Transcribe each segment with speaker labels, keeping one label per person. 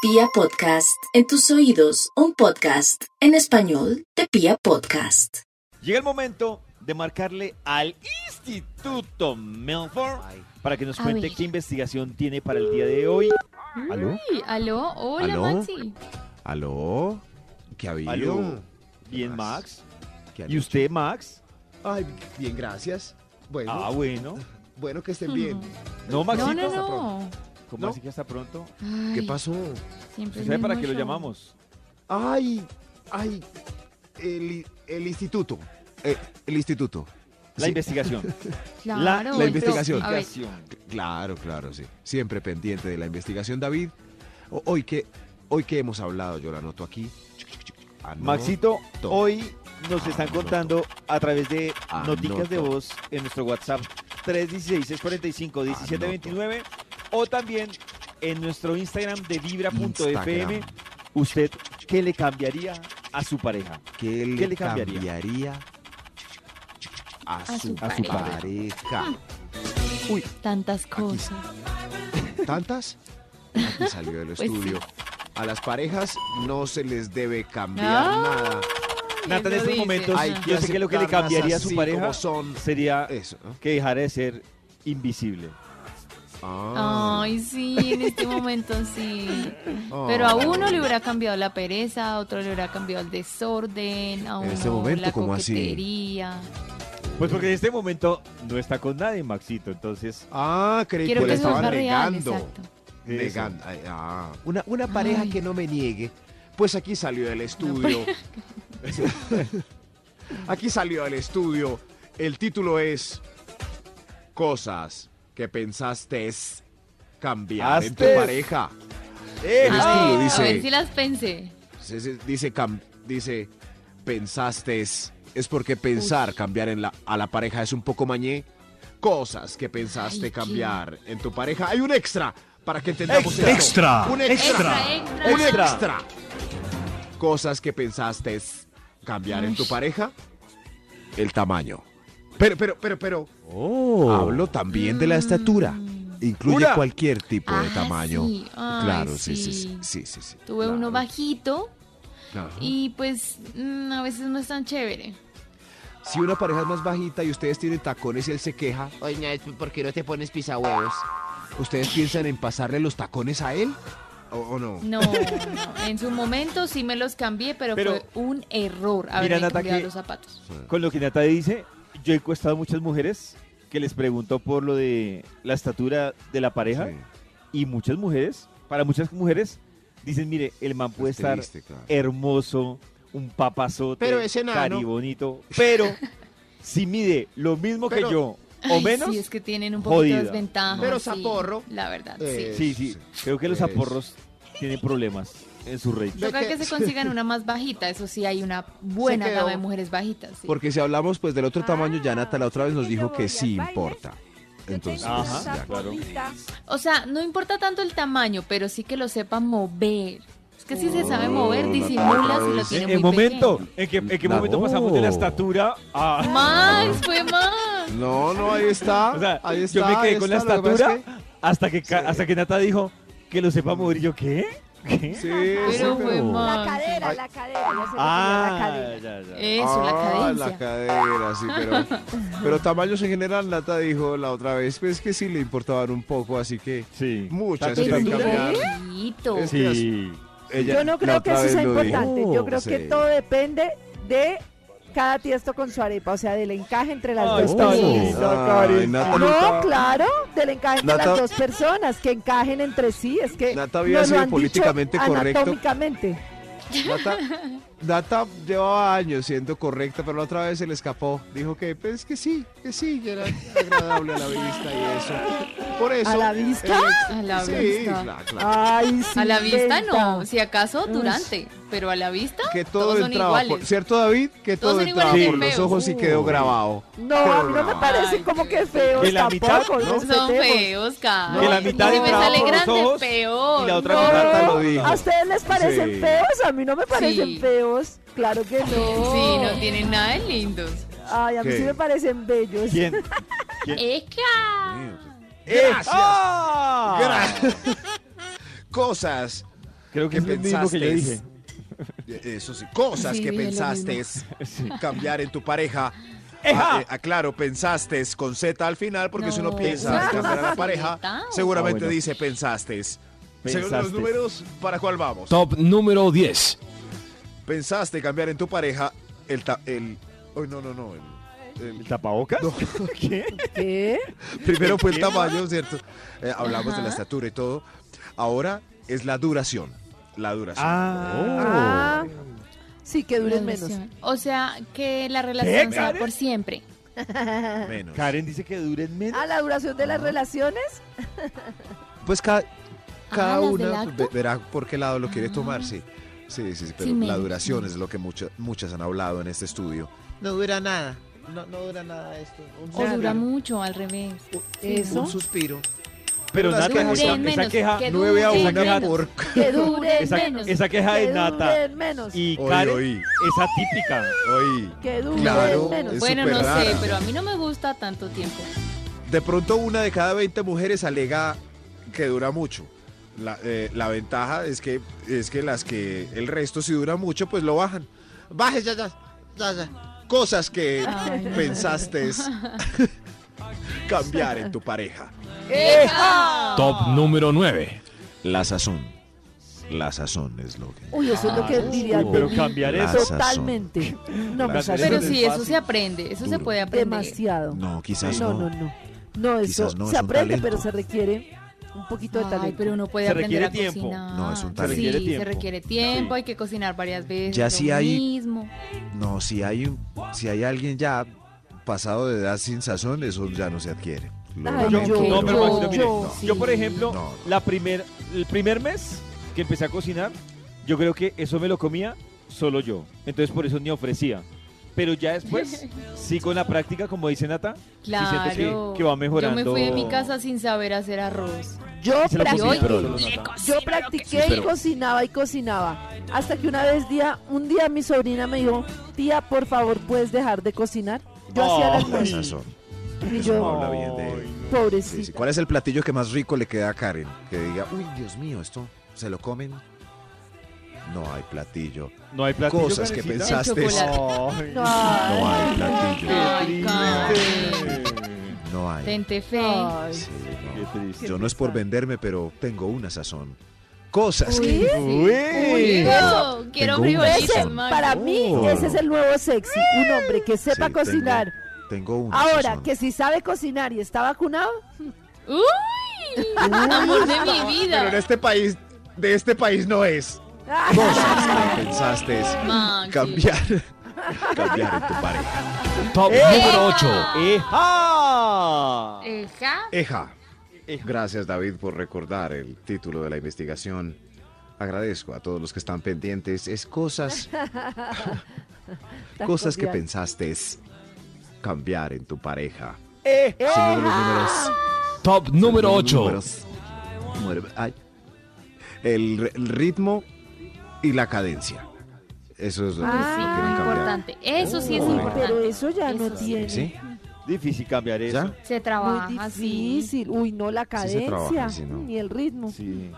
Speaker 1: Pia Podcast, en tus oídos, un podcast en español de Pia Podcast.
Speaker 2: Llega el momento de marcarle al Instituto Milford para que nos
Speaker 3: A
Speaker 2: cuente
Speaker 3: ver.
Speaker 2: qué investigación tiene para el día de hoy.
Speaker 4: ¿Aló?
Speaker 3: Uy, ¿Aló? Hola,
Speaker 4: ¿Aló?
Speaker 3: Maxi.
Speaker 4: ¿Aló? ¿Qué ha habido?
Speaker 2: Aló. Bien,
Speaker 4: más?
Speaker 2: Max.
Speaker 4: ¿Qué han
Speaker 2: ¿Y
Speaker 4: hecho?
Speaker 2: usted, Max?
Speaker 5: Ay, bien, gracias. Bueno,
Speaker 2: Ah, bueno.
Speaker 5: bueno que estén bien.
Speaker 2: No,
Speaker 3: No,
Speaker 2: Maxito.
Speaker 3: no,
Speaker 5: hasta pronto.
Speaker 3: no.
Speaker 2: ¿Cómo
Speaker 5: ¿No?
Speaker 2: así que hasta pronto?
Speaker 3: Ay,
Speaker 5: ¿Qué pasó?
Speaker 3: Siempre
Speaker 2: ¿Usted sabe
Speaker 3: el
Speaker 2: para
Speaker 3: mismo
Speaker 2: qué lo
Speaker 3: show.
Speaker 2: llamamos?
Speaker 5: Ay, ay, el, el instituto.
Speaker 4: Eh, el instituto.
Speaker 2: La
Speaker 4: Sí,
Speaker 2: investigación.
Speaker 3: Claro,
Speaker 2: la
Speaker 3: pero-
Speaker 4: investigación.
Speaker 3: A ver,
Speaker 4: Claro, claro, sí. Siempre pendiente de la investigación, David. O- hoy, que, hoy que hemos hablado, yo la anoto aquí. Ah, Anoto.
Speaker 2: Maxito, hoy nos están
Speaker 4: Anoto.
Speaker 2: contando a través de
Speaker 4: Anoto.
Speaker 2: noticas de voz en nuestro WhatsApp 316-645-1729 o también en nuestro Instagram de vibra.fm.
Speaker 4: Instagram.
Speaker 2: ¿Usted qué le cambiaría a su pareja?
Speaker 4: ¿Qué le,
Speaker 2: le cambiaría?
Speaker 4: cambiaría? a
Speaker 3: A
Speaker 4: su,
Speaker 3: su
Speaker 4: pareja?
Speaker 2: Uy,
Speaker 3: tantas cosas.
Speaker 4: ¿Tantas? Aquí salió del
Speaker 3: Pues sí.
Speaker 4: estudio. A las parejas no se les debe cambiar
Speaker 3: Ah.
Speaker 4: nada.
Speaker 2: Nata, en
Speaker 3: Eso
Speaker 2: estos
Speaker 3: dice.
Speaker 2: momentos
Speaker 3: Ay,
Speaker 4: Hay
Speaker 2: yo sé que lo que le
Speaker 4: aceptarlas
Speaker 2: cambiaría a su
Speaker 4: así
Speaker 2: pareja-
Speaker 4: como son.
Speaker 2: sería
Speaker 4: Eso, ¿no?
Speaker 2: que dejara de ser invisible.
Speaker 4: Ah.
Speaker 3: Ay, sí, en este momento sí.
Speaker 4: Ah.
Speaker 3: Pero a uno le hubiera cambiado la pereza, a otro le hubiera cambiado el desorden, a uno
Speaker 4: En este momento,
Speaker 3: la
Speaker 4: ¿cómo así?
Speaker 3: coquetería.
Speaker 2: Pues porque en este momento no está con nadie, Maxito, entonces...
Speaker 4: Ah, creí
Speaker 3: Quiero
Speaker 4: que
Speaker 3: que
Speaker 4: le
Speaker 3: eso
Speaker 4: estaban
Speaker 3: sea real,
Speaker 4: negando.
Speaker 3: exacto.
Speaker 4: Negando. Ay, ah. Una, una pareja
Speaker 3: Ay.
Speaker 4: que no me niegue. Pues aquí salió del estudio. aquí salió del estudio. El título es Cosas que pensaste es cambiar en tu
Speaker 2: Hazte.
Speaker 4: pareja.
Speaker 2: ¡Eh!
Speaker 4: El
Speaker 3: Ah, A
Speaker 4: estudio
Speaker 3: ver,
Speaker 4: dice-
Speaker 3: a ver si las pensé.
Speaker 4: Se- se- Dice, cam- dice, pensaste es, es porque pensar cambiar en la, a la pareja es un poco mañé. Cosas que pensaste
Speaker 3: Ay, qué-
Speaker 4: cambiar en tu pareja. Hay un extra para que entendamos
Speaker 2: Extra.
Speaker 4: esto.
Speaker 6: Extra.
Speaker 4: Un extra.
Speaker 3: Extra, extra.
Speaker 4: Un
Speaker 2: Extra.
Speaker 4: extra. Cosas que pensaste es cambiar en tu pareja. El tamaño.
Speaker 5: Pero, pero, pero, pero.
Speaker 4: Hablo también de la estatura.
Speaker 3: Oh. Mm.
Speaker 4: Incluye
Speaker 2: Ura.
Speaker 4: cualquier tipo de
Speaker 3: Ah,
Speaker 4: tamaño.
Speaker 3: sí. Ay,
Speaker 4: Claro, sí, sí,
Speaker 3: sí.
Speaker 4: sí, sí, sí, sí.
Speaker 3: Tuve uno
Speaker 4: Claro,
Speaker 3: bajito
Speaker 4: claro.
Speaker 3: y pues mm, a veces no es tan chévere.
Speaker 4: Si una pareja es más bajita y ustedes tienen tacones y él se queja,
Speaker 7: Oye, ¿por qué no te pones pisahuevos?
Speaker 4: ¿ustedes piensan en pasarle los tacones a él? ¿O, o no?
Speaker 3: No, no, en su momento sí me los cambié, pero,
Speaker 2: Pero-
Speaker 3: fue un error haberme
Speaker 2: Mira, Nata,
Speaker 3: cambiado
Speaker 2: que-
Speaker 3: los zapatos.
Speaker 2: Con lo que Nata dice, yo he encuestado a muchas mujeres que les pregunto por lo de la estatura de la pareja
Speaker 4: Sí,
Speaker 2: y muchas mujeres, para muchas mujeres, dicen, mire, el man puede
Speaker 4: es
Speaker 2: estar
Speaker 4: triste, claro.
Speaker 2: hermoso, un papazote,
Speaker 7: Pero es enano.
Speaker 2: caribonito, pero si mide lo mismo
Speaker 5: Pero-
Speaker 2: que yo o
Speaker 3: Ay,
Speaker 2: menos,
Speaker 3: Sí, es que tienen un poquito
Speaker 2: jodida.
Speaker 3: de desventaja.
Speaker 5: Pero
Speaker 3: sí,
Speaker 5: zaporro.
Speaker 3: la verdad,
Speaker 5: Eh,
Speaker 3: sí.
Speaker 2: sí, sí, creo que los
Speaker 5: Es-
Speaker 2: aporros tienen problemas en su rey.
Speaker 5: de
Speaker 3: Toca que,
Speaker 5: que-
Speaker 3: se consigan una más bajita, eso sí, hay una buena
Speaker 5: quedó.
Speaker 3: gama de mujeres bajitas. sí. Ah,
Speaker 4: Porque si hablamos pues del otro tamaño, ya Nata la otra vez nos dijo que sí
Speaker 8: Yo tengo
Speaker 4: importa. Entonces, pues,
Speaker 2: Ajá,
Speaker 4: ya.
Speaker 2: claro.
Speaker 3: O sea, no importa tanto el tamaño, pero sí que lo sepan mover. Es que si se sabe mover,
Speaker 4: Oh,
Speaker 3: disimula si lo
Speaker 4: Natalia,
Speaker 3: tiene
Speaker 2: En
Speaker 3: muy
Speaker 2: el momento,
Speaker 3: pequeño.
Speaker 2: ¿en qué, en qué
Speaker 4: No.
Speaker 2: momento pasamos de la estatura a...
Speaker 3: Max, fue Max.
Speaker 4: No, no, ahí está.
Speaker 2: O sea,
Speaker 4: ahí está,
Speaker 2: yo me quedé
Speaker 4: ahí
Speaker 2: con la
Speaker 4: está, lo que pasa
Speaker 2: estatura
Speaker 4: es que-
Speaker 2: hasta que ca- hasta que Nata dijo que lo sepa mover. Y yo, ¿qué? ¿Qué?
Speaker 4: Sí, sí,
Speaker 3: Pero fue
Speaker 8: La
Speaker 3: Max.
Speaker 8: cadera,
Speaker 4: Ay.
Speaker 8: la cadera, ya se me
Speaker 2: Ah,
Speaker 8: olvidó la cadera.
Speaker 2: ya, ya.
Speaker 3: Eso, la
Speaker 4: Ah,
Speaker 3: cadencia.
Speaker 4: la cadera, sí, pero, pero tamaños en general, Nata dijo la otra vez, pues que sí le importaban un poco, así que
Speaker 2: Sí.
Speaker 4: muchas
Speaker 2: Tanto
Speaker 3: Pero
Speaker 4: quieren
Speaker 2: que-
Speaker 4: cambiar.
Speaker 3: poquito.
Speaker 2: Eh,
Speaker 4: Es-
Speaker 2: Sí.
Speaker 4: Ella
Speaker 8: Yo no
Speaker 4: la
Speaker 8: creo que
Speaker 4: otra
Speaker 8: eso
Speaker 4: vez
Speaker 8: sea
Speaker 4: lo dijo.
Speaker 8: importante. Yo creo que
Speaker 4: Sí.
Speaker 8: todo depende de cada tiesto con su arepa, o sea, del encaje entre las
Speaker 2: Ay,
Speaker 8: dos
Speaker 2: Tani,
Speaker 8: personas.
Speaker 4: Ay, Nata
Speaker 8: No, claro, del encaje entre
Speaker 4: Nata-
Speaker 8: las dos personas, que encajen entre sí, es que
Speaker 4: Nata
Speaker 8: no
Speaker 4: había
Speaker 8: lo
Speaker 4: sido
Speaker 8: han dicho
Speaker 4: políticamente correcto.
Speaker 8: anatómicamente.
Speaker 4: Data, Data llevaba años siendo correcta, pero la otra vez se le escapó. Dijo que, pues que sí, que sí, que era agradable a la vista y eso. Por eso.
Speaker 8: ¿A la vista?
Speaker 4: el
Speaker 3: A la
Speaker 4: ex- sí,
Speaker 3: vista.
Speaker 4: cla- claro.
Speaker 8: Ay, sí,
Speaker 3: A la vista no,
Speaker 8: lenta.
Speaker 3: si acaso durante, pero a la vista
Speaker 4: Que
Speaker 3: todos
Speaker 4: todo
Speaker 3: son
Speaker 4: entraba. por-
Speaker 3: iguales.
Speaker 4: ¿Cierto, David? Que
Speaker 3: Todos
Speaker 4: todo
Speaker 3: son
Speaker 4: entraba
Speaker 3: iguales
Speaker 4: por
Speaker 3: de
Speaker 4: los
Speaker 3: feos.
Speaker 4: ojos y quedó grabado.
Speaker 8: No, a mí no me
Speaker 4: Ay,
Speaker 8: parecen
Speaker 3: qué
Speaker 8: como que feos
Speaker 2: Que la mitad,
Speaker 8: tampoco,
Speaker 2: ¿no?
Speaker 3: son
Speaker 8: respetemos.
Speaker 3: feos, cara.
Speaker 2: Que
Speaker 8: la mitad
Speaker 3: si me
Speaker 8: entraba
Speaker 3: sale
Speaker 8: por
Speaker 2: los
Speaker 3: grande,
Speaker 2: ojos
Speaker 3: peor.
Speaker 2: y la otra
Speaker 3: no,
Speaker 2: mitad
Speaker 4: Nata lo dijo.
Speaker 8: ¿A ustedes les parecen
Speaker 4: Sí.
Speaker 8: feos? A mí no me parecen
Speaker 3: Sí.
Speaker 8: feos. Claro que no.
Speaker 3: Sí, no tienen nada de lindos.
Speaker 8: Ay, a mí
Speaker 4: ¿Qué?
Speaker 8: sí me parecen bellos.
Speaker 2: ¿Quién?
Speaker 3: ¡Eca!
Speaker 4: Gracias.
Speaker 2: ¡Ah!
Speaker 4: Cosas
Speaker 2: Creo que
Speaker 4: ¿Qué
Speaker 2: es lo mismo que yo dije.
Speaker 4: pensaste? Eso sí, Eh, cosas
Speaker 3: Sí,
Speaker 4: que
Speaker 3: dije lo
Speaker 4: pensaste es
Speaker 2: Sí.
Speaker 4: cambiar en tu pareja.
Speaker 2: ¡Eja!
Speaker 4: Ah, eh, aclaro, pensaste es con Z al final, porque si uno
Speaker 3: No,
Speaker 4: piensa en
Speaker 3: ¿cómo
Speaker 4: cambiar a la
Speaker 3: así?
Speaker 4: pareja,
Speaker 3: Tao.
Speaker 4: seguramente
Speaker 2: Ah, bueno.
Speaker 4: dice pensaste. Según los
Speaker 2: Pensaste.
Speaker 4: números, ¿para cuál vamos?
Speaker 9: Top número 10.
Speaker 4: Pensaste cambiar en tu pareja el... ta- el oh, no, no, no. el- el-
Speaker 2: ¿El tapabocas? ¿Qué?
Speaker 8: ¿Qué?
Speaker 4: primero fue el tamaño, ¿cierto? Eh, hablamos de la
Speaker 3: Ajá.
Speaker 4: estatura y todo. Ahora es la duración. La duración. Oh.
Speaker 8: Ah, sí, que duren menos.
Speaker 3: Relación. O sea, que la relación sea
Speaker 2: Karen?
Speaker 3: por siempre.
Speaker 4: menos.
Speaker 2: Karen dice que duren menos.
Speaker 8: ¿A Ah, la duración de las relaciones?
Speaker 4: Pues ca- cada
Speaker 3: Ah, ¿las del
Speaker 4: una pues,
Speaker 3: acto? Ah,
Speaker 4: ve- verá por qué lado lo quiere tomar, sí. Sí, sí, sí, pero
Speaker 3: Sí,
Speaker 4: la
Speaker 3: menos,
Speaker 4: duración
Speaker 3: menos.
Speaker 4: es lo que mucha- muchas han hablado en este estudio.
Speaker 7: No dura nada. No, no dura nada esto. Un
Speaker 3: O dura
Speaker 7: suspiro.
Speaker 3: mucho, al revés.
Speaker 8: Eso.
Speaker 7: Un suspiro.
Speaker 2: Pero
Speaker 4: Las
Speaker 2: Nata,
Speaker 4: quejas
Speaker 2: esa,
Speaker 3: duren
Speaker 2: esa
Speaker 3: menos,
Speaker 2: queja,
Speaker 3: que
Speaker 4: Nueve a
Speaker 3: duren
Speaker 2: esa
Speaker 4: una
Speaker 2: queja,
Speaker 3: menos.
Speaker 4: por...
Speaker 8: Que duren
Speaker 2: esa,
Speaker 8: menos.
Speaker 2: esa queja
Speaker 8: que
Speaker 2: de Nata
Speaker 8: duren menos.
Speaker 2: y
Speaker 4: Oí,
Speaker 2: Karen
Speaker 4: oí.
Speaker 2: es atípica.
Speaker 4: Oí.
Speaker 8: Que duren
Speaker 4: Claro,
Speaker 8: menos.
Speaker 4: Es
Speaker 3: bueno, no
Speaker 4: súper
Speaker 3: sé,
Speaker 4: rara.
Speaker 3: pero a mí no me gusta tanto tiempo.
Speaker 4: De pronto una de cada 20 mujeres alega que dura mucho. La, eh, la ventaja es que, es que las que el resto si dura mucho, pues lo bajan. Bajes ya, ya, ya, ya. Cosas que
Speaker 3: Ay, no.
Speaker 4: pensaste es cambiar en tu pareja.
Speaker 9: Top número 9.
Speaker 4: La sazón. La sazón es lo que...
Speaker 8: Uy, eso es lo que
Speaker 2: Ay,
Speaker 8: diría
Speaker 2: uy, pero
Speaker 8: Tony.
Speaker 2: cambiar
Speaker 4: Las-
Speaker 2: eso.
Speaker 8: Totalmente. No,
Speaker 2: Las
Speaker 8: pues
Speaker 2: Pero
Speaker 8: así
Speaker 3: Pero
Speaker 8: es
Speaker 2: es
Speaker 3: sí, eso
Speaker 2: fácil.
Speaker 3: se aprende, eso se
Speaker 4: Duro.
Speaker 3: puede aprender.
Speaker 8: demasiado.
Speaker 4: No, quizás
Speaker 8: No,
Speaker 4: no.
Speaker 8: no, no. No, eso
Speaker 4: Quizás no,
Speaker 8: se
Speaker 4: es un
Speaker 8: aprende,
Speaker 4: talento.
Speaker 8: pero se requiere un poquito de
Speaker 3: Ay,
Speaker 8: talento.
Speaker 3: pero uno puede
Speaker 2: Se
Speaker 3: aprender
Speaker 2: requiere
Speaker 3: a
Speaker 2: tiempo.
Speaker 3: cocinar.
Speaker 4: No, es un
Speaker 2: talento. Se requiere
Speaker 3: Sí,
Speaker 2: tiempo.
Speaker 3: se requiere tiempo,
Speaker 2: Sí.
Speaker 3: hay que cocinar varias veces.
Speaker 4: Ya
Speaker 3: lo
Speaker 4: sí hay-
Speaker 3: mismo.
Speaker 4: No, si hay, un- si hay alguien ya pasado de edad sin sazón, eso ya no se adquiere. Lo
Speaker 8: Ay,
Speaker 2: Yo,
Speaker 4: lamento,
Speaker 8: yo,
Speaker 2: no,
Speaker 4: pero-
Speaker 2: pero Maxito, mire,
Speaker 8: yo,
Speaker 2: yo, por ejemplo,
Speaker 4: No.
Speaker 2: la primer, el primer mes que empecé a cocinar, yo creo que eso me lo comía solo yo. Entonces por eso ni ofrecía. Pero ya después, sí con la práctica, como dice Nata,
Speaker 3: Claro.
Speaker 2: sí siento que, que va mejorando.
Speaker 3: Yo me fui de mi casa sin saber hacer arroz.
Speaker 8: Yo
Speaker 2: Se lo
Speaker 3: Y
Speaker 2: Sí,
Speaker 3: hoy
Speaker 8: practiqué,
Speaker 2: pero-
Speaker 8: yo practiqué y cocinaba y cocinaba. Hasta que una vez día, un día mi sobrina me dijo, tía, por favor, ¿puedes dejar de cocinar? Yo hacía el
Speaker 2: Ay.
Speaker 4: La
Speaker 8: almuerzo.
Speaker 4: sazón.
Speaker 8: Y
Speaker 4: Eso no
Speaker 8: yo,
Speaker 4: habla bien de él. Sí, sí.
Speaker 8: pobrecita.
Speaker 4: ¿Cuál es el platillo que más rico le queda a Karen? Que diga, uy, Dios mío, esto se lo comen. No hay platillo.
Speaker 2: No hay platillo.
Speaker 4: Cosas que
Speaker 2: Karencita.
Speaker 4: pensaste.
Speaker 3: El chocolate.
Speaker 2: Ay,
Speaker 8: No,
Speaker 4: No hay
Speaker 2: qué
Speaker 4: platillo.
Speaker 3: Ay, Karen.
Speaker 2: triste.
Speaker 4: No hay.
Speaker 3: Tente fe.
Speaker 8: ay,
Speaker 4: Sí, no.
Speaker 2: Qué triste.
Speaker 4: Yo no es por venderme, pero tengo una sazón. Cosas
Speaker 3: Uy,
Speaker 4: que.
Speaker 3: Uy,
Speaker 2: Uy.
Speaker 3: eso, quiero
Speaker 4: Tengo un
Speaker 3: frijolitos,
Speaker 4: beso.
Speaker 3: Max.
Speaker 8: Para mí,
Speaker 4: Oh.
Speaker 8: ese es el nuevo sexy. Un hombre que sepa
Speaker 4: Sí, tengo-
Speaker 8: cocinar.
Speaker 4: Tengo una.
Speaker 8: Ahora,
Speaker 4: sazón.
Speaker 8: que si sabe cocinar y está vacunado,
Speaker 3: Uy, amor de mi
Speaker 4: Pero en
Speaker 3: vida.
Speaker 4: este país, de este país no es. Cosas que pensaste es
Speaker 3: Maxi.
Speaker 4: cambiar. cambiar en tu pareja.
Speaker 9: Top número 8.
Speaker 2: ¡Eja!
Speaker 3: Ejá.
Speaker 4: Eja. Gracias David por recordar el título de la investigación. Agradezco a todos los que están pendientes. Es cosas,
Speaker 8: Tan
Speaker 4: cosas que
Speaker 8: cordial.
Speaker 4: pensaste es cambiar en tu pareja.
Speaker 2: Eh,
Speaker 4: Señor de los números.
Speaker 9: Top número 8.
Speaker 4: Números. Número- ay. El, r- el ritmo y la cadencia. Eso es lo que
Speaker 8: Ah,
Speaker 4: lo
Speaker 3: Sí,
Speaker 4: quieren
Speaker 3: muy
Speaker 4: cambiar.
Speaker 3: importante. Eso sí es
Speaker 4: Uy,
Speaker 8: Uy, pero
Speaker 3: importante.
Speaker 8: eso ya no
Speaker 3: Eso sí.
Speaker 8: tiene.
Speaker 4: ¿Sí?
Speaker 2: Difícil cambiar
Speaker 4: ¿Ya?
Speaker 2: eso.
Speaker 3: Se
Speaker 8: Muy
Speaker 3: trabaja así.
Speaker 8: difícil. Uy, no la
Speaker 4: Sí se
Speaker 8: cadencia,
Speaker 4: trabaja, sí, ¿no?
Speaker 8: ni el ritmo.
Speaker 2: Sí.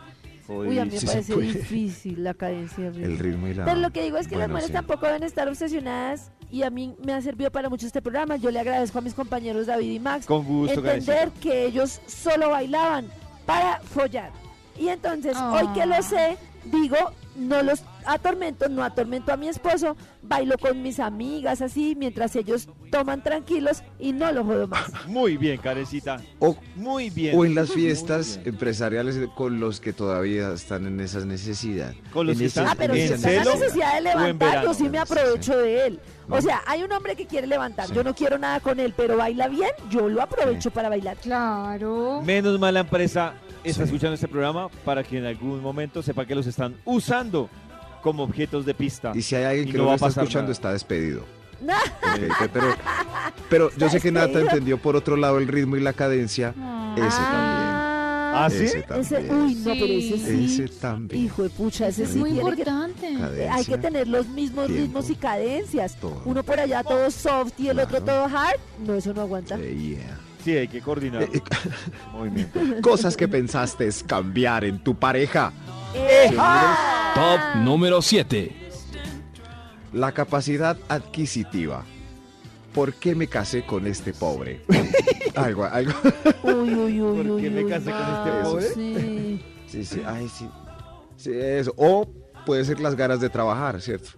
Speaker 8: Uy, a mí
Speaker 4: sí
Speaker 8: me
Speaker 2: Jodidísimo.
Speaker 4: se
Speaker 8: parece
Speaker 4: puede.
Speaker 8: difícil la cadencia. del
Speaker 4: El
Speaker 8: ritmo.
Speaker 4: ritmo y la.
Speaker 8: Pero lo que digo es que las
Speaker 4: Bueno,
Speaker 8: mujeres
Speaker 4: sí.
Speaker 8: tampoco deben estar obsesionadas y a mí me ha servido para mucho este programa. Yo le agradezco a mis compañeros David y Max
Speaker 2: Con gusto,
Speaker 8: entender
Speaker 2: Karencita.
Speaker 8: que ellos solo bailaban para follar. Y entonces,
Speaker 3: Ah.
Speaker 8: hoy que lo sé, digo, no los atormento, no atormento a mi esposo, bailo con mis amigas así, mientras ellos toman tranquilos y no lo jodo más.
Speaker 2: Muy bien, Karencita.
Speaker 4: O-
Speaker 2: Muy bien.
Speaker 4: O en las
Speaker 2: Muy
Speaker 4: fiestas
Speaker 2: bien.
Speaker 4: empresariales con los que todavía están en esas necesidades.
Speaker 2: Con los
Speaker 4: en
Speaker 2: que
Speaker 4: esas-
Speaker 2: están
Speaker 8: Ah, pero
Speaker 4: en
Speaker 8: si
Speaker 4: esas
Speaker 8: está la
Speaker 2: celo
Speaker 4: necesidades.
Speaker 8: necesidad de
Speaker 2: en
Speaker 8: levantar, yo
Speaker 2: verano?
Speaker 8: sí me aprovecho de él. O sea, hay un hombre que quiere levantar,
Speaker 4: Sí.
Speaker 8: yo no quiero nada con él, pero baila bien, yo lo aprovecho para bailar.
Speaker 3: Claro.
Speaker 2: Menos mal la empresa está
Speaker 4: Sí.
Speaker 2: escuchando este programa para que en algún momento sepa que los están usando como objetos de pista.
Speaker 4: Y si hay alguien
Speaker 2: Y
Speaker 4: que
Speaker 2: no va
Speaker 4: no lo
Speaker 2: a
Speaker 4: está
Speaker 2: pasar
Speaker 4: escuchando,
Speaker 2: nada.
Speaker 4: está despedido.
Speaker 8: No.
Speaker 4: Ok, pero pero yo sé que Nata
Speaker 8: despedido.
Speaker 4: entendió por otro lado el ritmo y la cadencia. Ese también.
Speaker 8: Ah,
Speaker 2: ¿Ah, sí?
Speaker 4: Ese
Speaker 8: ese,
Speaker 4: también.
Speaker 8: uy, no, pero ese sí.
Speaker 4: Ese también.
Speaker 8: Hijo de
Speaker 2: Ah.
Speaker 8: pucha, ese
Speaker 4: Es
Speaker 8: sí
Speaker 3: muy
Speaker 8: tiene que,
Speaker 3: importante.
Speaker 8: eh, hay que
Speaker 4: Cadencia,
Speaker 8: tener los mismos
Speaker 4: tiempo,
Speaker 8: ritmos y cadencias.
Speaker 4: todo.
Speaker 8: Uno por allá todo soft y el otro
Speaker 4: Claro.
Speaker 8: todo hard. No, eso no aguanta.
Speaker 4: Eh, yeah.
Speaker 2: Sí, hay que coordinar
Speaker 4: Eh,
Speaker 2: movimiento.
Speaker 4: Cosas que pensaste es cambiar en tu pareja.
Speaker 9: Top número 7.
Speaker 4: La capacidad adquisitiva. ¿Por qué me casé con este pobre? algo, algo.
Speaker 8: Uy, uy, uy,
Speaker 2: ¿Por
Speaker 8: uy,
Speaker 2: qué me
Speaker 8: uy,
Speaker 2: casé con este
Speaker 8: Max,
Speaker 2: pobre?
Speaker 8: sí.
Speaker 4: Sí, sí, ay, sí. Sí, eso. O puede ser las ganas de trabajar, ¿cierto?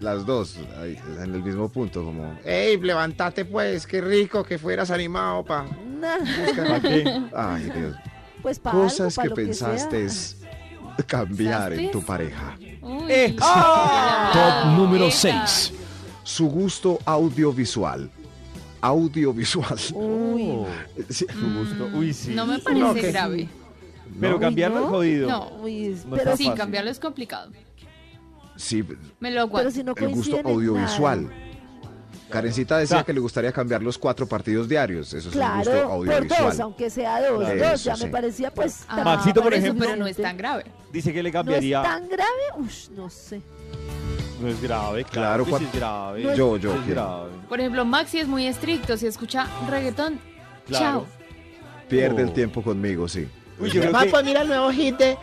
Speaker 4: Las dos, ahí, en el mismo punto, como, ¡Ey, levántate pues! ¡Qué rico que fueras animado, pa!
Speaker 8: Nah,
Speaker 4: Busca- Ay, Dios.
Speaker 8: pues para
Speaker 4: Cosas que
Speaker 8: algo, pa' lo
Speaker 4: pensaste
Speaker 8: sea.
Speaker 4: es cambiar en tu pareja.
Speaker 3: Uy,
Speaker 2: Eh,
Speaker 9: Top número
Speaker 3: Ah, esa.
Speaker 9: 6.
Speaker 4: Su gusto audiovisual. Audiovisual.
Speaker 8: Oh. Uy,
Speaker 4: Sí.
Speaker 2: Su gusto.
Speaker 8: Mm.
Speaker 2: Uy, sí.
Speaker 3: No me
Speaker 8: No,
Speaker 3: parece
Speaker 4: que-
Speaker 3: grave.
Speaker 2: Pero
Speaker 4: ¿No?
Speaker 2: cambiarlo
Speaker 8: ¿no?
Speaker 2: es jodido.
Speaker 3: No.
Speaker 8: uy,
Speaker 2: No
Speaker 8: pero,
Speaker 2: está
Speaker 3: Sí,
Speaker 2: fácil.
Speaker 3: cambiarlo es complicado.
Speaker 4: Sí,
Speaker 3: Me lo
Speaker 8: pero
Speaker 3: aguanto.
Speaker 8: si no
Speaker 4: el gusto
Speaker 8: coinciden en
Speaker 4: audiovisual.
Speaker 8: nada.
Speaker 4: Karencita decía
Speaker 2: Claro.
Speaker 4: que le gustaría cambiar los cuatro partidos diarios.
Speaker 2: pues,
Speaker 4: Eso es un gusto
Speaker 8: Claro, por
Speaker 4: audiovisual.
Speaker 8: dos, aunque sea dos,
Speaker 4: Claro.
Speaker 8: dos,
Speaker 4: Eso
Speaker 8: ya me
Speaker 4: sí.
Speaker 8: parecía pues...
Speaker 3: Ah,
Speaker 8: tan-
Speaker 2: Maxito, por
Speaker 3: eso,
Speaker 2: ejemplo.
Speaker 3: Pero no es tan grave.
Speaker 2: Dice que le
Speaker 8: ¿No es
Speaker 2: cambiaría.
Speaker 8: tan grave? Ush, no sé.
Speaker 2: No es grave, claro.
Speaker 4: Claro,
Speaker 2: que
Speaker 4: cuat-
Speaker 2: sí es grave.
Speaker 4: No es- Yo, yo,
Speaker 2: Sí es
Speaker 4: ¿qué?
Speaker 2: grave.
Speaker 3: Por ejemplo, Maxi es muy estricto. Si escucha reggaetón,
Speaker 2: Claro.
Speaker 3: chao.
Speaker 4: Pierde
Speaker 2: Oh.
Speaker 4: el tiempo conmigo, sí.
Speaker 2: Uy, yo creo
Speaker 7: Además,
Speaker 2: que-
Speaker 7: pues mira el nuevo hit de.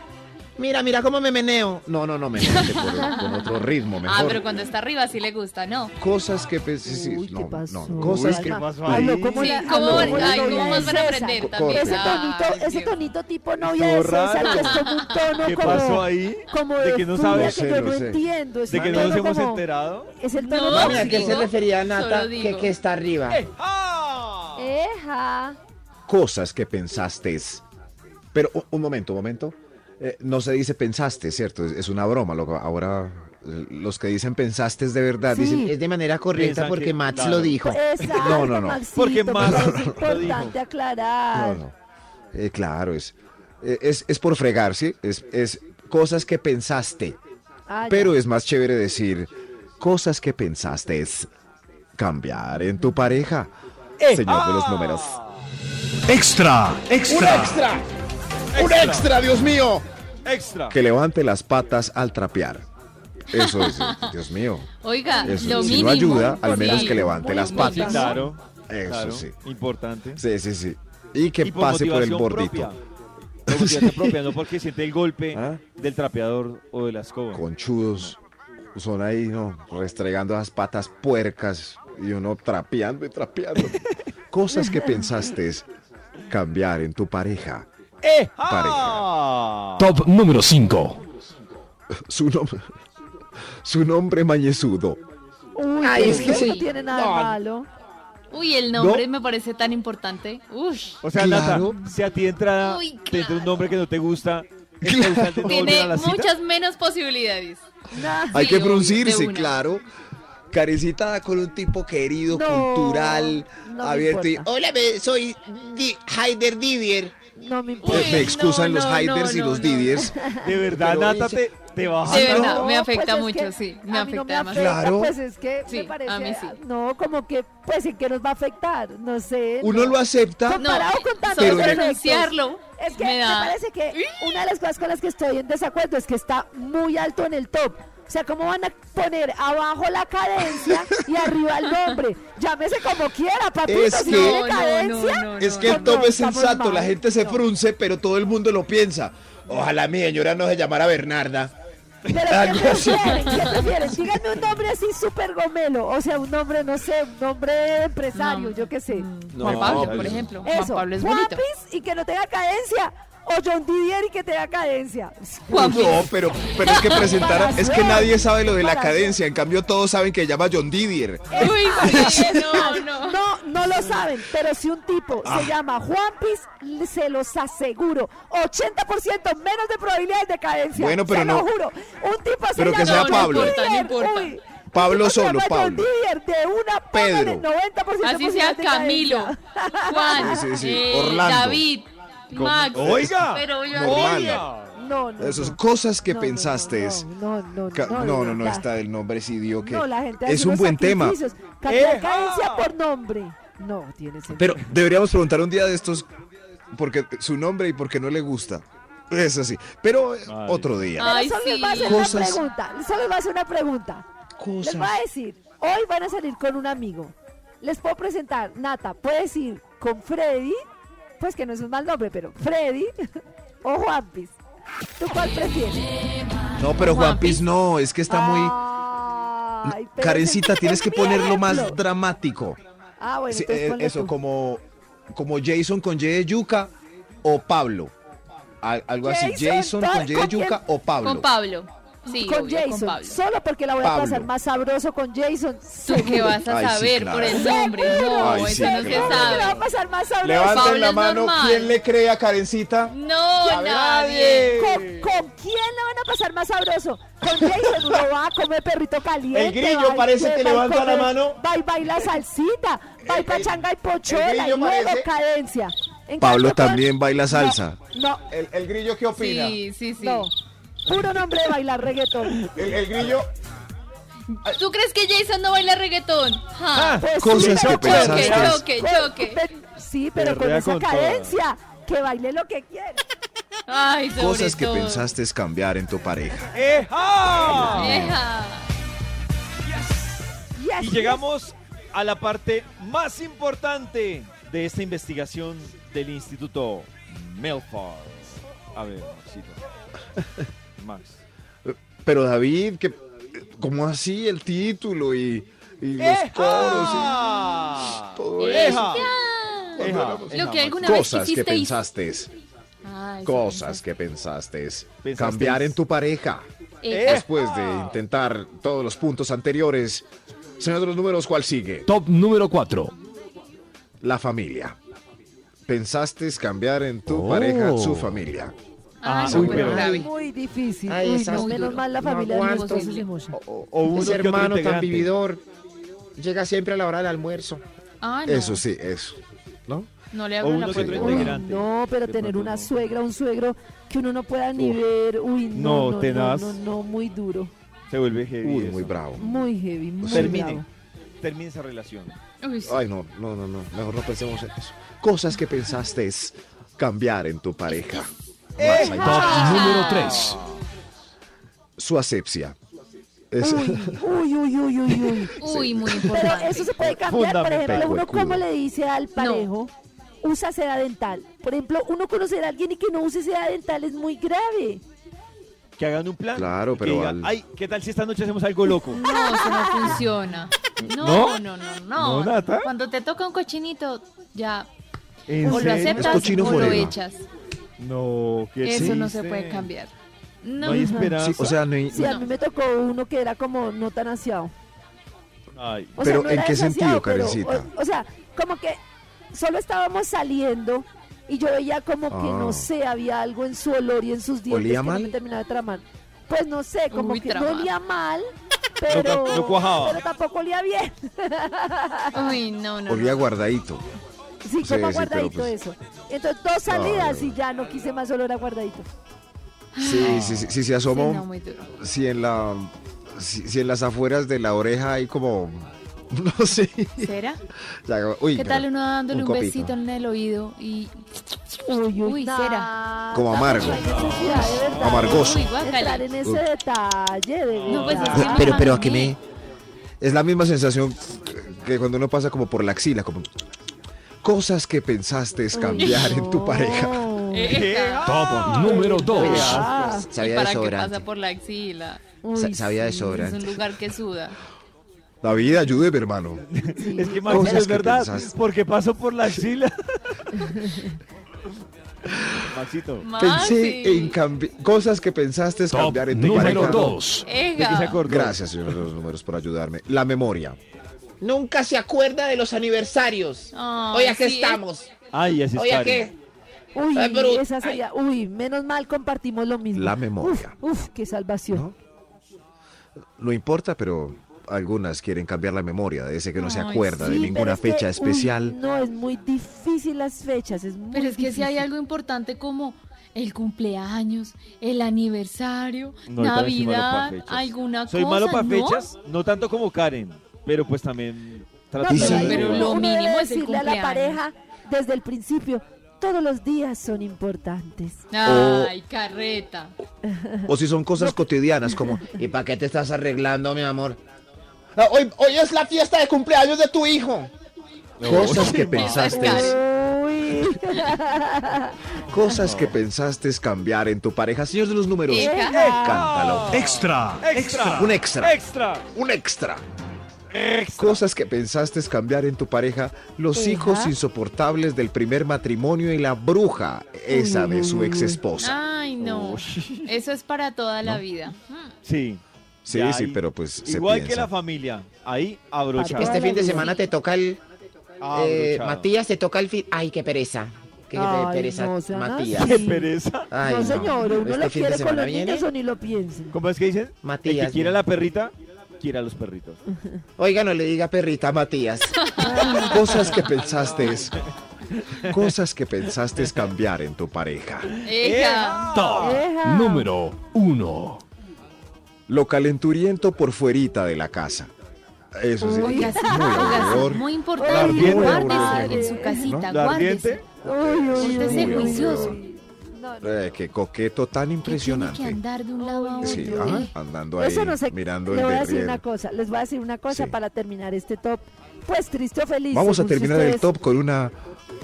Speaker 7: Mira, mira cómo me meneo.
Speaker 4: No, no, no, me mete por- con otro ritmo
Speaker 3: Ah,
Speaker 4: mejor.
Speaker 3: pero cuando está arriba sí le gusta, ¿no?
Speaker 4: Cosas que pensé, sí,
Speaker 8: Uy, ¿qué
Speaker 4: no,
Speaker 8: pasó?
Speaker 4: no, cosas
Speaker 8: Uy,
Speaker 4: que
Speaker 8: ¿qué
Speaker 2: pasó
Speaker 8: Habló
Speaker 2: ahí?
Speaker 8: como
Speaker 3: Sí,
Speaker 8: la-
Speaker 3: ¿cómo,
Speaker 8: habló
Speaker 3: van-
Speaker 8: como la
Speaker 3: ay,
Speaker 8: novia
Speaker 3: cómo
Speaker 8: de
Speaker 3: más van a
Speaker 8: César.
Speaker 3: aprender
Speaker 4: Cor-
Speaker 3: también?
Speaker 8: Ese
Speaker 3: Ay,
Speaker 8: tonito,
Speaker 3: Dios.
Speaker 8: ese tonito tipo novia de
Speaker 2: Todo
Speaker 8: César,
Speaker 2: raro.
Speaker 8: que es como un
Speaker 2: ¿Qué
Speaker 8: tono
Speaker 2: pasó
Speaker 8: como,
Speaker 2: ahí?
Speaker 8: como
Speaker 2: De
Speaker 8: de,
Speaker 2: que no
Speaker 8: furia
Speaker 2: sabe.
Speaker 8: que
Speaker 4: Sí,
Speaker 8: yo
Speaker 4: no
Speaker 8: pues, no
Speaker 4: sé.
Speaker 8: entiendo. es
Speaker 2: De
Speaker 8: un
Speaker 2: que no nos
Speaker 8: tono
Speaker 2: hemos
Speaker 8: como-
Speaker 2: enterado.
Speaker 8: Es el tono
Speaker 3: No,
Speaker 7: Mami,
Speaker 8: tóxico.
Speaker 7: ¿a qué se
Speaker 3: digo,
Speaker 7: refería
Speaker 3: solo
Speaker 7: Nata? Que,
Speaker 3: digo.
Speaker 7: que está arriba.
Speaker 8: Eh, Eja.
Speaker 4: cosas que pensaste. Pero u- un momento, un momento. Eh, no se dice pensaste, ¿cierto? Es, es una broma. lo- ahora eh, los que dicen pensaste de verdad
Speaker 8: Sí.
Speaker 4: dicen...
Speaker 7: Es de manera correcta
Speaker 2: Piensan
Speaker 7: porque
Speaker 2: que-
Speaker 7: Max
Speaker 2: claro.
Speaker 7: lo dijo.
Speaker 8: Exacto,
Speaker 4: No, no, no.
Speaker 8: Maxito,
Speaker 2: Porque Max
Speaker 8: pero
Speaker 2: lo
Speaker 8: es
Speaker 2: dijo.
Speaker 8: importante
Speaker 4: No,
Speaker 8: aclarar.
Speaker 4: no. Eh, claro, es, eh, es, es por fregar, ¿sí? Es, es cosas que pensaste.
Speaker 8: Ah, ya.
Speaker 4: Pero es más chévere decir cosas que pensaste es cambiar en tu pareja.
Speaker 2: ¡Eh!
Speaker 4: Señor de Ah. los
Speaker 2: Ah.
Speaker 4: números.
Speaker 9: Extra, extra.
Speaker 4: ¡Un extra, Dios mío!
Speaker 2: Extra.
Speaker 4: Que levante las patas al trapear. Eso es, eh, Dios mío.
Speaker 3: Oiga,
Speaker 4: Eso,
Speaker 3: lo
Speaker 4: si
Speaker 3: mínimo.
Speaker 4: no ayuda, al
Speaker 3: sí.
Speaker 4: menos que levante las
Speaker 2: Sí,
Speaker 4: patas.
Speaker 2: claro.
Speaker 4: Eso
Speaker 2: claro,
Speaker 4: sí.
Speaker 2: Importante.
Speaker 4: Sí, sí, sí. Y que
Speaker 2: Y
Speaker 4: pase por el
Speaker 2: motivación
Speaker 4: bordito.
Speaker 2: propia. Por motivación propia, no porque siente el golpe
Speaker 4: ¿Ah?
Speaker 2: del trapeador o de la escoba.
Speaker 4: Conchudos. Son ahí, ¿no? Restregando las patas puercas y uno trapeando y trapeando. Cosas que pensaste es cambiar en tu pareja.
Speaker 2: ¡Eh!
Speaker 4: Pareja.
Speaker 9: Top número 5.
Speaker 4: Su, nom- su nombre mañezudo.
Speaker 8: Uy,
Speaker 7: Ay,
Speaker 8: pero
Speaker 7: es que
Speaker 8: eso no
Speaker 7: sí.
Speaker 8: tiene nada de
Speaker 7: No.
Speaker 8: malo.
Speaker 3: Uy, el nombre me parece tan importante. Uy,
Speaker 2: O sea,
Speaker 4: Claro.
Speaker 2: Nata, si a ti entra
Speaker 3: Uy,
Speaker 2: te entra un
Speaker 3: claro.
Speaker 2: nombre que no te gusta, ¿es causal de no volver a
Speaker 3: tiene
Speaker 2: la cita?
Speaker 3: muchas menos posibilidades.
Speaker 8: Nah.
Speaker 4: Hay
Speaker 3: Sí,
Speaker 4: que
Speaker 3: obvio, de
Speaker 4: producirse,
Speaker 3: una.
Speaker 4: claro. Carecita con un tipo querido,
Speaker 8: No,
Speaker 4: cultural,
Speaker 8: no me
Speaker 4: abierto y...
Speaker 8: importa.
Speaker 7: Hola, be- soy Di- Heider Didier.
Speaker 8: No me
Speaker 4: Oh,
Speaker 8: importa.
Speaker 3: Uy,
Speaker 4: me excusan
Speaker 3: no,
Speaker 4: los
Speaker 3: no,
Speaker 4: Hiders
Speaker 3: no,
Speaker 4: y
Speaker 3: no,
Speaker 4: los
Speaker 3: no.
Speaker 4: Didiers.
Speaker 2: De verdad,
Speaker 4: Pero
Speaker 2: Nata,
Speaker 4: ese-
Speaker 2: te, te baja.
Speaker 3: De
Speaker 4: no.
Speaker 3: verdad, me afecta
Speaker 8: pues es
Speaker 3: mucho,
Speaker 8: que
Speaker 3: sí. Me
Speaker 8: a mí
Speaker 3: afecta
Speaker 8: no me
Speaker 3: demasiado.
Speaker 8: afecta,
Speaker 4: Claro.
Speaker 8: Pues es que
Speaker 3: Sí,
Speaker 8: me parece.
Speaker 3: a mí sí.
Speaker 8: No, como que, pues en qué nos va a afectar. No sé.
Speaker 4: Uno lo acepta.
Speaker 8: Comparado con tantos
Speaker 3: solo
Speaker 4: Pero-
Speaker 3: pronunciarlo
Speaker 8: Es que
Speaker 3: me
Speaker 8: me,
Speaker 3: da...
Speaker 8: parece que una de las cosas con las que estoy en desacuerdo es que está muy alto en el top. O sea, ¿cómo van a poner abajo la cadencia y arriba el nombre? Llámese como quiera, papito,
Speaker 4: Es
Speaker 8: si
Speaker 4: que-
Speaker 8: tiene
Speaker 3: No, no,
Speaker 8: cadencia.
Speaker 3: no, no,
Speaker 4: Es que el
Speaker 8: no,
Speaker 4: top es
Speaker 8: estamos
Speaker 4: sensato, la
Speaker 8: mal.
Speaker 4: gente se
Speaker 8: No.
Speaker 4: frunce, pero todo el mundo lo piensa. Ojalá mi señora no se llamara Bernarda.
Speaker 8: Pero ¿qué
Speaker 4: Algo así.
Speaker 8: prefieren? ¿Qué prefieren? Díganme un nombre así súper gomelo. O sea, un nombre, no sé, un nombre empresario,
Speaker 3: No.
Speaker 8: yo qué sé.
Speaker 4: No,
Speaker 3: Juan Pablo, por
Speaker 4: pues-
Speaker 3: ejemplo. Juan
Speaker 8: Eso,
Speaker 3: Pablo es bonito.
Speaker 8: Juanpis y que no tenga cadencia. O John Didier y que tenga cadencia.
Speaker 3: Juan
Speaker 4: No, pero, pero es que presentara, es que nadie sabe lo de la
Speaker 8: Comparación.
Speaker 4: cadencia, en cambio todos saben que se llama John Didier.
Speaker 3: Uy, sí, no, no.
Speaker 8: No, no lo saben, pero si un tipo
Speaker 4: Ah.
Speaker 8: se llama Juanpis, se los aseguro, 80% menos de probabilidades de cadencia.
Speaker 4: Bueno, pero
Speaker 8: se
Speaker 4: no-
Speaker 8: lo juro. Un tipo se
Speaker 4: pero que
Speaker 8: llama
Speaker 4: sea
Speaker 8: John
Speaker 4: Pablo.
Speaker 8: Didier,
Speaker 3: No importa, no
Speaker 8: uy,
Speaker 3: importa.
Speaker 8: un
Speaker 4: Pablo
Speaker 8: tipo se
Speaker 4: solo,
Speaker 8: llama John
Speaker 4: Pablo.
Speaker 8: Diedder, de una póngale
Speaker 4: Pedro.
Speaker 8: 90%
Speaker 3: Así sea
Speaker 8: posibilidades de
Speaker 3: Camilo,
Speaker 8: cadencia.
Speaker 3: Juan,
Speaker 4: Sí, sí, sí,
Speaker 3: eh,
Speaker 4: Orlando.
Speaker 3: David, Max.
Speaker 2: Oiga,
Speaker 3: Pero oiga,
Speaker 4: Normal.
Speaker 8: No, no.
Speaker 4: Esas
Speaker 8: no.
Speaker 4: cosas que
Speaker 8: No, no,
Speaker 4: pensaste es.
Speaker 8: No, no, no.
Speaker 4: Ca-
Speaker 8: de
Speaker 4: No, no, no,
Speaker 8: verdad.
Speaker 4: está el nombre sí dio que.
Speaker 8: No, la gente hace
Speaker 4: Es un
Speaker 8: unos
Speaker 4: buen tema.
Speaker 8: sacrificios. Cambiar
Speaker 2: ¡Eja!
Speaker 8: cadencia por nombre. No, tiene sentido.
Speaker 4: Pero deberíamos preguntar un día de estos porque su nombre y por qué no le gusta. Es así. Pero eh,
Speaker 2: Madre.
Speaker 4: otro día.
Speaker 3: Ay,
Speaker 8: solo les
Speaker 3: sí.
Speaker 8: voy a hacer
Speaker 4: Cosas.
Speaker 8: una pregunta. Solo les voy a hacer una pregunta. Les voy a decir, hoy van a salir con un amigo. Les puedo presentar, Nata, puedes ir con Freddy, pues que no es un mal nombre, pero Freddy o Juanpis. ¿Tú cuál prefieres?
Speaker 10: No, pero Juan Piz no, es que está muy...
Speaker 8: Ay, Ah, pero
Speaker 10: Karencita,
Speaker 8: ese-
Speaker 10: tienes
Speaker 8: ese
Speaker 10: que
Speaker 8: es mi
Speaker 10: ponerlo más
Speaker 8: ejemplo.
Speaker 10: dramático.
Speaker 8: Ah, bueno,
Speaker 10: Sí,
Speaker 8: entonces
Speaker 10: eh,
Speaker 8: ponle
Speaker 10: eso,
Speaker 8: tú.
Speaker 10: como, como Jason con Y de yuca o Pablo. Al- algo así, Jason
Speaker 8: Jason, ¿con
Speaker 10: con Y de
Speaker 8: quién?
Speaker 10: yuca o Pablo.
Speaker 3: Con Pablo. Sí,
Speaker 8: Con
Speaker 3: obvio,
Speaker 8: Jason,
Speaker 3: con Pablo.
Speaker 8: solo porque la voy a
Speaker 10: Pablo.
Speaker 8: pasar más sabroso con Jason.
Speaker 3: ¿Tú qué vas a
Speaker 10: Ay, sí,
Speaker 3: saber
Speaker 10: claro.
Speaker 3: por el nombre? No,
Speaker 4: Ay,
Speaker 3: eso
Speaker 4: sí,
Speaker 3: no
Speaker 4: claro.
Speaker 3: se
Speaker 8: la va a
Speaker 3: sabe.
Speaker 8: pasar más sabroso.
Speaker 3: Pablo
Speaker 10: Levanten la
Speaker 3: es
Speaker 10: mano,
Speaker 3: normal.
Speaker 10: ¿quién le cree a Karencita?
Speaker 3: No, nadie.
Speaker 8: ¿Con, con quién le van a pasar más sabroso? Con Jason uno va a comer perrito caliente.
Speaker 10: El grillo
Speaker 8: va y
Speaker 10: parece
Speaker 8: come,
Speaker 10: que
Speaker 8: va y
Speaker 10: levanta la
Speaker 8: come,
Speaker 10: mano.
Speaker 8: Va y baila salsita, va y pachanga y pochola, y
Speaker 10: grillo
Speaker 8: luego
Speaker 10: parece-
Speaker 8: cadencia. En
Speaker 4: Pablo
Speaker 8: cambio, con-
Speaker 4: también baila salsa.
Speaker 8: No,
Speaker 10: ¿El, el grillo qué opina?
Speaker 3: Sí, sí, sí.
Speaker 8: no. Puro nombre de bailar reggaetón.
Speaker 10: El, el grillo.
Speaker 3: ¿Tú crees que Jason no baila reggaetón? Ja.
Speaker 4: Ah.
Speaker 8: Pues
Speaker 4: Cosas
Speaker 8: pero
Speaker 4: que
Speaker 8: con-
Speaker 3: choque,
Speaker 4: pensaste.
Speaker 3: choque, choque.
Speaker 8: con- Pues, Sí, pero con
Speaker 2: Perrea
Speaker 8: esa
Speaker 2: con toda.
Speaker 8: cadencia. Que baile lo que quiera.
Speaker 3: Ay, sobre
Speaker 4: Cosas que
Speaker 3: todo.
Speaker 4: pensaste es cambiar en tu pareja.
Speaker 3: Eja.
Speaker 8: Yes,
Speaker 2: Y llegamos a la parte más importante de esta investigación del Instituto Melford. A ver, Maxito. Max.
Speaker 4: Pero David, que, ¿cómo así el título y, y
Speaker 3: ¡Eh!
Speaker 4: los coros? y Pues todo eso?
Speaker 2: ¡Eja!
Speaker 4: Cuando
Speaker 2: Eja.
Speaker 4: éramos-
Speaker 3: Lo que alguna
Speaker 4: Cosas
Speaker 3: Ah, vez
Speaker 4: que
Speaker 3: hicisteis.
Speaker 4: pensaste es,
Speaker 3: Ay,
Speaker 4: cosas que pensaste es
Speaker 2: Pensasteis.
Speaker 4: cambiar en tu pareja.
Speaker 3: Eja.
Speaker 4: Después de
Speaker 3: Ah.
Speaker 4: intentar todos los puntos anteriores, señor de los números, ¿cuál sigue?
Speaker 9: Top número 4.
Speaker 4: La familia. Pensaste es cambiar en tu
Speaker 9: Oh.
Speaker 4: pareja su familia.
Speaker 3: Ah,
Speaker 2: Ah,
Speaker 3: no,
Speaker 2: uy,
Speaker 3: pero
Speaker 2: pero-
Speaker 3: grave.
Speaker 8: Muy difícil.
Speaker 7: Ay,
Speaker 8: Uy,
Speaker 7: esa
Speaker 8: no,
Speaker 7: es
Speaker 8: menos
Speaker 3: dura.
Speaker 8: mal la
Speaker 7: No
Speaker 8: familia de
Speaker 7: aguanto.
Speaker 8: nosotros hemos-
Speaker 4: O, o uno
Speaker 7: Ese
Speaker 2: que otro
Speaker 7: hermano tan
Speaker 2: integrante.
Speaker 7: vividor. Llega siempre a la hora del almuerzo.
Speaker 3: Ah, no.
Speaker 4: Eso sí, eso. ¿No?
Speaker 3: No le
Speaker 2: O
Speaker 3: hago
Speaker 2: uno
Speaker 3: una
Speaker 2: que otro
Speaker 4: Sí.
Speaker 8: Uy,
Speaker 2: integrante.
Speaker 8: no, pero
Speaker 2: De
Speaker 8: tener
Speaker 2: pronto
Speaker 8: una
Speaker 2: no.
Speaker 8: suegra, un suegro que uno no pueda ni ver, uy, no,
Speaker 2: No,
Speaker 8: no, no,
Speaker 2: tenaz.
Speaker 8: no, no, muy duro,
Speaker 2: Se vuelve heavy.
Speaker 4: Uy,
Speaker 2: eso.
Speaker 4: muy bravo.
Speaker 8: muy heavy, muy
Speaker 2: Termine.
Speaker 8: bravo.
Speaker 2: Termine esa relación.
Speaker 3: Uy, sí.
Speaker 4: Ay, no, no, no, no. Mejor no pensemos en eso. Cosas que pensaste es cambiar en tu pareja.
Speaker 3: ¡Eh!
Speaker 4: Max, ahí
Speaker 9: Top
Speaker 4: está.
Speaker 9: número 3.
Speaker 4: Su asepsia. Es-
Speaker 8: Uy, uy, uy, uy, uy.
Speaker 3: Uy, muy
Speaker 8: Pero
Speaker 3: importante.
Speaker 8: eso se puede cambiar, por ejemplo,
Speaker 4: Fundamental,
Speaker 8: uno
Speaker 4: huecudo.
Speaker 8: cómo le dice al parejo, usa seda dental. Por ejemplo, uno conocer a alguien y que no use seda dental es muy grave.
Speaker 2: Que hagan un plan.
Speaker 4: Claro,
Speaker 2: y que
Speaker 4: pero
Speaker 2: digan,
Speaker 4: al-
Speaker 2: Ay, ¿qué tal si esta noche hacemos algo loco?
Speaker 3: No, eso no funciona. No, no, no, no. no.
Speaker 2: ¿No, Nata?
Speaker 3: Cuando te toca un cochinito, ya
Speaker 2: ¿En
Speaker 3: o lo
Speaker 2: serio?
Speaker 4: Es
Speaker 3: aceptas
Speaker 4: cochino
Speaker 3: o lo
Speaker 4: forever.
Speaker 3: echas.
Speaker 2: No, que
Speaker 3: Eso no se puede cambiar.
Speaker 2: No,
Speaker 3: No,
Speaker 2: hay esperanza.
Speaker 4: sí, pues, o sea, no hay-
Speaker 8: Sí, a
Speaker 3: No.
Speaker 8: mí me tocó uno que era como no tan aseado.
Speaker 2: Ay,
Speaker 8: O
Speaker 4: Pero,
Speaker 8: no
Speaker 4: ¿en
Speaker 8: era
Speaker 4: qué
Speaker 8: desgraciado,
Speaker 4: sentido,
Speaker 8: pero,
Speaker 4: Karencita?
Speaker 8: O, o sea, como que solo estábamos saliendo y yo veía como que,
Speaker 4: Ah.
Speaker 8: no sé, había algo en su olor y en sus dientes
Speaker 4: ¿Olía
Speaker 8: que no
Speaker 4: mal?
Speaker 8: me terminaba de tramar. Pues no sé, como
Speaker 3: Uy,
Speaker 8: que
Speaker 3: tramar.
Speaker 8: no olía mal, pero,
Speaker 2: no cuajaba.
Speaker 8: pero tampoco olía bien.
Speaker 3: Uy, no, no.
Speaker 4: olía
Speaker 3: no.
Speaker 4: guardadito.
Speaker 8: Sí,
Speaker 4: Sí, sí,
Speaker 8: como
Speaker 4: pero
Speaker 8: aguardadito
Speaker 4: pues-
Speaker 8: eso. Entonces, dos salidas
Speaker 4: Ay,
Speaker 8: y ya no quise más olor aguardadito.
Speaker 4: Sí, sí, sí, sí, se
Speaker 3: Ah. Sí,
Speaker 4: asoma un-
Speaker 3: no, muy duro.
Speaker 4: si en la si, si en las afueras de la oreja hay como no sé
Speaker 3: ¿Será?
Speaker 4: ya, uy,
Speaker 3: ¿Qué tal uno
Speaker 4: un
Speaker 3: dándole un,
Speaker 4: copito.
Speaker 3: besito en el oído y
Speaker 8: Uy,
Speaker 3: uy, será.
Speaker 4: como amargo
Speaker 8: Hay necesidad, de verdad,
Speaker 4: Amargoso.
Speaker 3: Uy,
Speaker 8: de
Speaker 3: guácala.
Speaker 8: Entrar en ese detalle, de
Speaker 3: No, pues es
Speaker 8: verdad.
Speaker 3: que mi
Speaker 4: Ah, pero pero
Speaker 3: familia-
Speaker 4: a que me es la misma sensación que cuando uno pasa como por la axila como cosas que pensaste es
Speaker 8: Uy,
Speaker 4: cambiar en tu
Speaker 8: no.
Speaker 4: pareja
Speaker 3: Eja.
Speaker 9: Top
Speaker 4: Ah.
Speaker 9: número 2.
Speaker 8: Ah,
Speaker 3: ¿Y para qué pasa por la axila?
Speaker 8: uy,
Speaker 4: sabía de
Speaker 8: sí.
Speaker 3: Es
Speaker 4: sobrante
Speaker 3: un lugar que suda.
Speaker 4: David ayúdeme hermano
Speaker 2: es que Max
Speaker 4: Cosas
Speaker 2: es
Speaker 4: que
Speaker 2: verdad,
Speaker 4: pensaste.
Speaker 2: porque paso por la axila. Maxito,
Speaker 3: Maxi.
Speaker 4: pensé en cambiar cosas que pensaste es
Speaker 9: Top
Speaker 4: cambiar en tu
Speaker 9: número
Speaker 4: pareja
Speaker 9: 2.
Speaker 2: ¿de qué se
Speaker 3: Eja.
Speaker 2: acordó?
Speaker 4: gracias señor de los números por ayudarme la memoria
Speaker 7: Nunca se acuerda de los aniversarios.
Speaker 3: Ay,
Speaker 7: Hoy aquí
Speaker 3: sí,
Speaker 7: estamos.
Speaker 2: Ay, así
Speaker 7: Hoy
Speaker 2: está.
Speaker 7: aquí.
Speaker 8: Uy,
Speaker 7: Ay, pero-
Speaker 8: esa sería. Uy, menos mal compartimos lo mismo.
Speaker 4: La memoria.
Speaker 8: Uf, uf, qué salvación.
Speaker 4: No importa, pero algunas quieren cambiar la memoria de ese que no se
Speaker 3: Ay,
Speaker 4: acuerda
Speaker 8: Sí,
Speaker 4: de
Speaker 8: pero
Speaker 4: ninguna
Speaker 8: es que,
Speaker 4: fecha
Speaker 8: uy,
Speaker 4: especial.
Speaker 8: no, es muy difícil las fechas. Es muy
Speaker 3: Pero es que si hay
Speaker 8: difícil.
Speaker 3: algo importante como el cumpleaños, el aniversario,
Speaker 2: No, yo también soy malo para
Speaker 3: Navidad,
Speaker 2: fechas.
Speaker 3: alguna
Speaker 2: Soy
Speaker 3: cosa,
Speaker 2: malo para
Speaker 3: ¿no?
Speaker 2: fechas, no tanto como Karen, pero pues también
Speaker 8: No,
Speaker 2: trato de
Speaker 4: Y sí.
Speaker 8: ahí
Speaker 2: ayudar.
Speaker 3: Pero
Speaker 8: uno-
Speaker 3: lo
Speaker 8: uno
Speaker 3: mínimo
Speaker 8: debe
Speaker 3: es el
Speaker 8: decirle a la
Speaker 3: cumpleaños.
Speaker 8: pareja desde el principio: todos los días son importantes.
Speaker 3: Ay, carreta.
Speaker 4: O si son cosas cotidianas como
Speaker 7: ¿Y para qué te estás arreglando, mi amor? Ah, Hoy, hoy es la fiesta de cumpleaños de tu hijo.
Speaker 4: cosas que
Speaker 2: No,
Speaker 4: pensaste.
Speaker 3: Karen.
Speaker 8: Uy, sí.
Speaker 4: Cosas que pensaste es cambiar en tu pareja. Señor de los números,
Speaker 3: Eca.
Speaker 4: cántalo.
Speaker 9: Extra.
Speaker 2: Ah. Extra.
Speaker 4: Un extra.
Speaker 2: Extra.
Speaker 4: Un extra. Cosas que pensaste es cambiar en tu pareja. Los
Speaker 8: Ajá.
Speaker 4: hijos insoportables del primer matrimonio y la bruja, esa de su ex
Speaker 8: Ah.
Speaker 4: esposa.
Speaker 3: Ay, no. Eso es para toda la vida.
Speaker 2: Sí.
Speaker 4: Sí,
Speaker 2: Ya,
Speaker 4: sí,
Speaker 2: y-
Speaker 4: pero pues se
Speaker 2: Igual que
Speaker 4: piensa.
Speaker 2: la familia. Ahí abrochado.
Speaker 7: Este fin de semana te toca el.
Speaker 2: Ah,
Speaker 7: eh,
Speaker 2: Abrochado.
Speaker 7: Matías, te toca el. fi- Ay, qué pereza. Qué
Speaker 8: Ay,
Speaker 7: pereza,
Speaker 8: no sean
Speaker 7: Matías.
Speaker 8: así.
Speaker 2: Qué pereza.
Speaker 7: Ay,
Speaker 8: no, señor, uno
Speaker 7: Este
Speaker 8: lo
Speaker 7: fin de
Speaker 8: quiere con
Speaker 7: semana
Speaker 8: los
Speaker 7: viene.
Speaker 8: niños o ni lo piensa.
Speaker 2: ¿Cómo es que dicen? El que
Speaker 7: Matías.
Speaker 2: quiera
Speaker 7: no.
Speaker 2: la perrita, quiera a los perritos.
Speaker 7: Oiga, no le diga perrita a Matías.
Speaker 4: Cosas que pensaste es. Cosas que pensaste es cambiar en tu pareja.
Speaker 2: Eh,
Speaker 3: Eja.
Speaker 9: Top
Speaker 8: Eja.
Speaker 9: número 1.
Speaker 4: Lo calenturiento por fuerita de la casa. Eso sí.
Speaker 3: Oiga, sí,
Speaker 4: muy
Speaker 3: oiga, sí,
Speaker 4: aburrador.
Speaker 3: muy
Speaker 8: La
Speaker 3: importante.
Speaker 8: ardiente.
Speaker 3: Guárdese en su
Speaker 8: ¿No?
Speaker 3: casita,
Speaker 2: La
Speaker 3: guárdese.
Speaker 2: ardiente.
Speaker 8: Uy, uy,
Speaker 3: Usted
Speaker 8: uy,
Speaker 3: es
Speaker 4: Muy
Speaker 8: uy.
Speaker 3: juicioso.
Speaker 4: aburridor.
Speaker 8: No, no.
Speaker 4: Eh, qué coqueto tan
Speaker 3: Que tiene que
Speaker 4: impresionante.
Speaker 3: andar de un lado a otro. ¿eh?
Speaker 4: Sí, ah.
Speaker 8: Uy,
Speaker 4: ajá,
Speaker 8: uy.
Speaker 4: andando ahí,
Speaker 8: eh. Eso no sé.
Speaker 4: mirando
Speaker 8: le
Speaker 4: el
Speaker 8: voy a decir
Speaker 4: derriero.
Speaker 8: una cosa, les voy a decir una cosa
Speaker 4: Sí.
Speaker 8: para terminar este top. Pues triste o feliz.
Speaker 4: Vamos a
Speaker 8: según si
Speaker 4: terminar el
Speaker 8: ustedes-
Speaker 4: top con una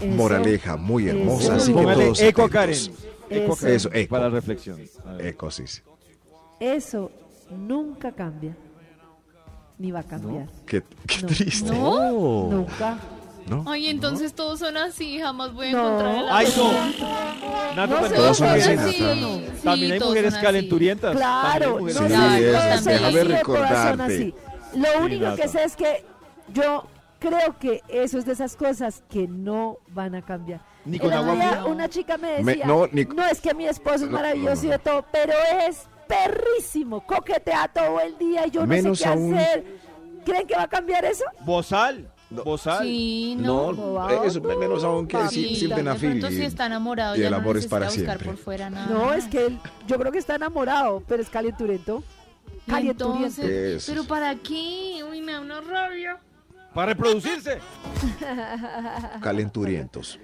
Speaker 8: Eso.
Speaker 4: moraleja muy
Speaker 8: eso.
Speaker 4: hermosa. Así que
Speaker 2: Póngale
Speaker 4: todos
Speaker 2: eco a Karen.
Speaker 4: atentos.
Speaker 2: Eco a
Speaker 8: Eso.
Speaker 2: Karen.
Speaker 4: Eso, eco.
Speaker 2: Para reflexión. A ver.
Speaker 4: Eco, sí, sí.
Speaker 8: Eso nunca cambia. Ni va a cambiar.
Speaker 4: Qué, qué
Speaker 8: No.
Speaker 4: triste.
Speaker 3: ¿No?
Speaker 8: Nunca.
Speaker 3: Ay, entonces todos son así, jamás voy a
Speaker 8: No.
Speaker 3: encontrar el amor.
Speaker 2: ¡Ay, no! Nato,
Speaker 8: No,
Speaker 2: pero
Speaker 8: todos
Speaker 2: también
Speaker 8: son
Speaker 2: hay-
Speaker 8: así,
Speaker 4: Nata.
Speaker 3: Sí,
Speaker 2: También hay
Speaker 3: todos
Speaker 2: mujeres
Speaker 3: son así.
Speaker 2: calenturientas. También hay
Speaker 8: Claro,
Speaker 2: mujeres
Speaker 8: no,
Speaker 4: Sí,
Speaker 8: las
Speaker 4: es,
Speaker 8: cosas son
Speaker 4: déjame
Speaker 8: así, de todas son
Speaker 4: recordarte.
Speaker 8: así. Lo único que
Speaker 2: Nata.
Speaker 8: sé es que yo creo que eso es de esas cosas que no van a cambiar.
Speaker 2: Ni
Speaker 8: El
Speaker 2: con
Speaker 8: otro
Speaker 2: agua
Speaker 8: día
Speaker 2: fría.
Speaker 8: Una chica me
Speaker 4: Me-
Speaker 8: decía,
Speaker 4: no,
Speaker 8: no,
Speaker 4: ni-
Speaker 8: es que mi esposo es
Speaker 4: No,
Speaker 8: maravilloso
Speaker 4: no,
Speaker 8: y de todo, pero es perrísimo, coquetea todo el día y yo
Speaker 4: Menos
Speaker 8: no sé qué
Speaker 4: aún-
Speaker 8: hacer. ¿Creen que va a cambiar eso?
Speaker 2: Bozal. Bozal.
Speaker 3: Sí, no.
Speaker 4: No, eh,
Speaker 8: no,
Speaker 4: eso menos aún que
Speaker 8: papita.
Speaker 4: sí,
Speaker 3: Sí,
Speaker 4: sin
Speaker 3: de
Speaker 4: Benafil
Speaker 3: pronto
Speaker 4: y-
Speaker 3: si está enamorado
Speaker 4: y
Speaker 3: ya
Speaker 4: el
Speaker 3: no
Speaker 4: amor es
Speaker 3: necesita
Speaker 4: para
Speaker 3: buscar
Speaker 4: siempre.
Speaker 3: por fuera nada.
Speaker 8: No, es
Speaker 3: más.
Speaker 8: que él, yo creo que está enamorado, pero es calienturento.
Speaker 3: Y
Speaker 8: Calienturiento.
Speaker 4: Eso
Speaker 3: entonces,
Speaker 4: sí.
Speaker 3: pero para qué? Uy, me da una rabia.
Speaker 2: Para reproducirse.
Speaker 4: calenturientos.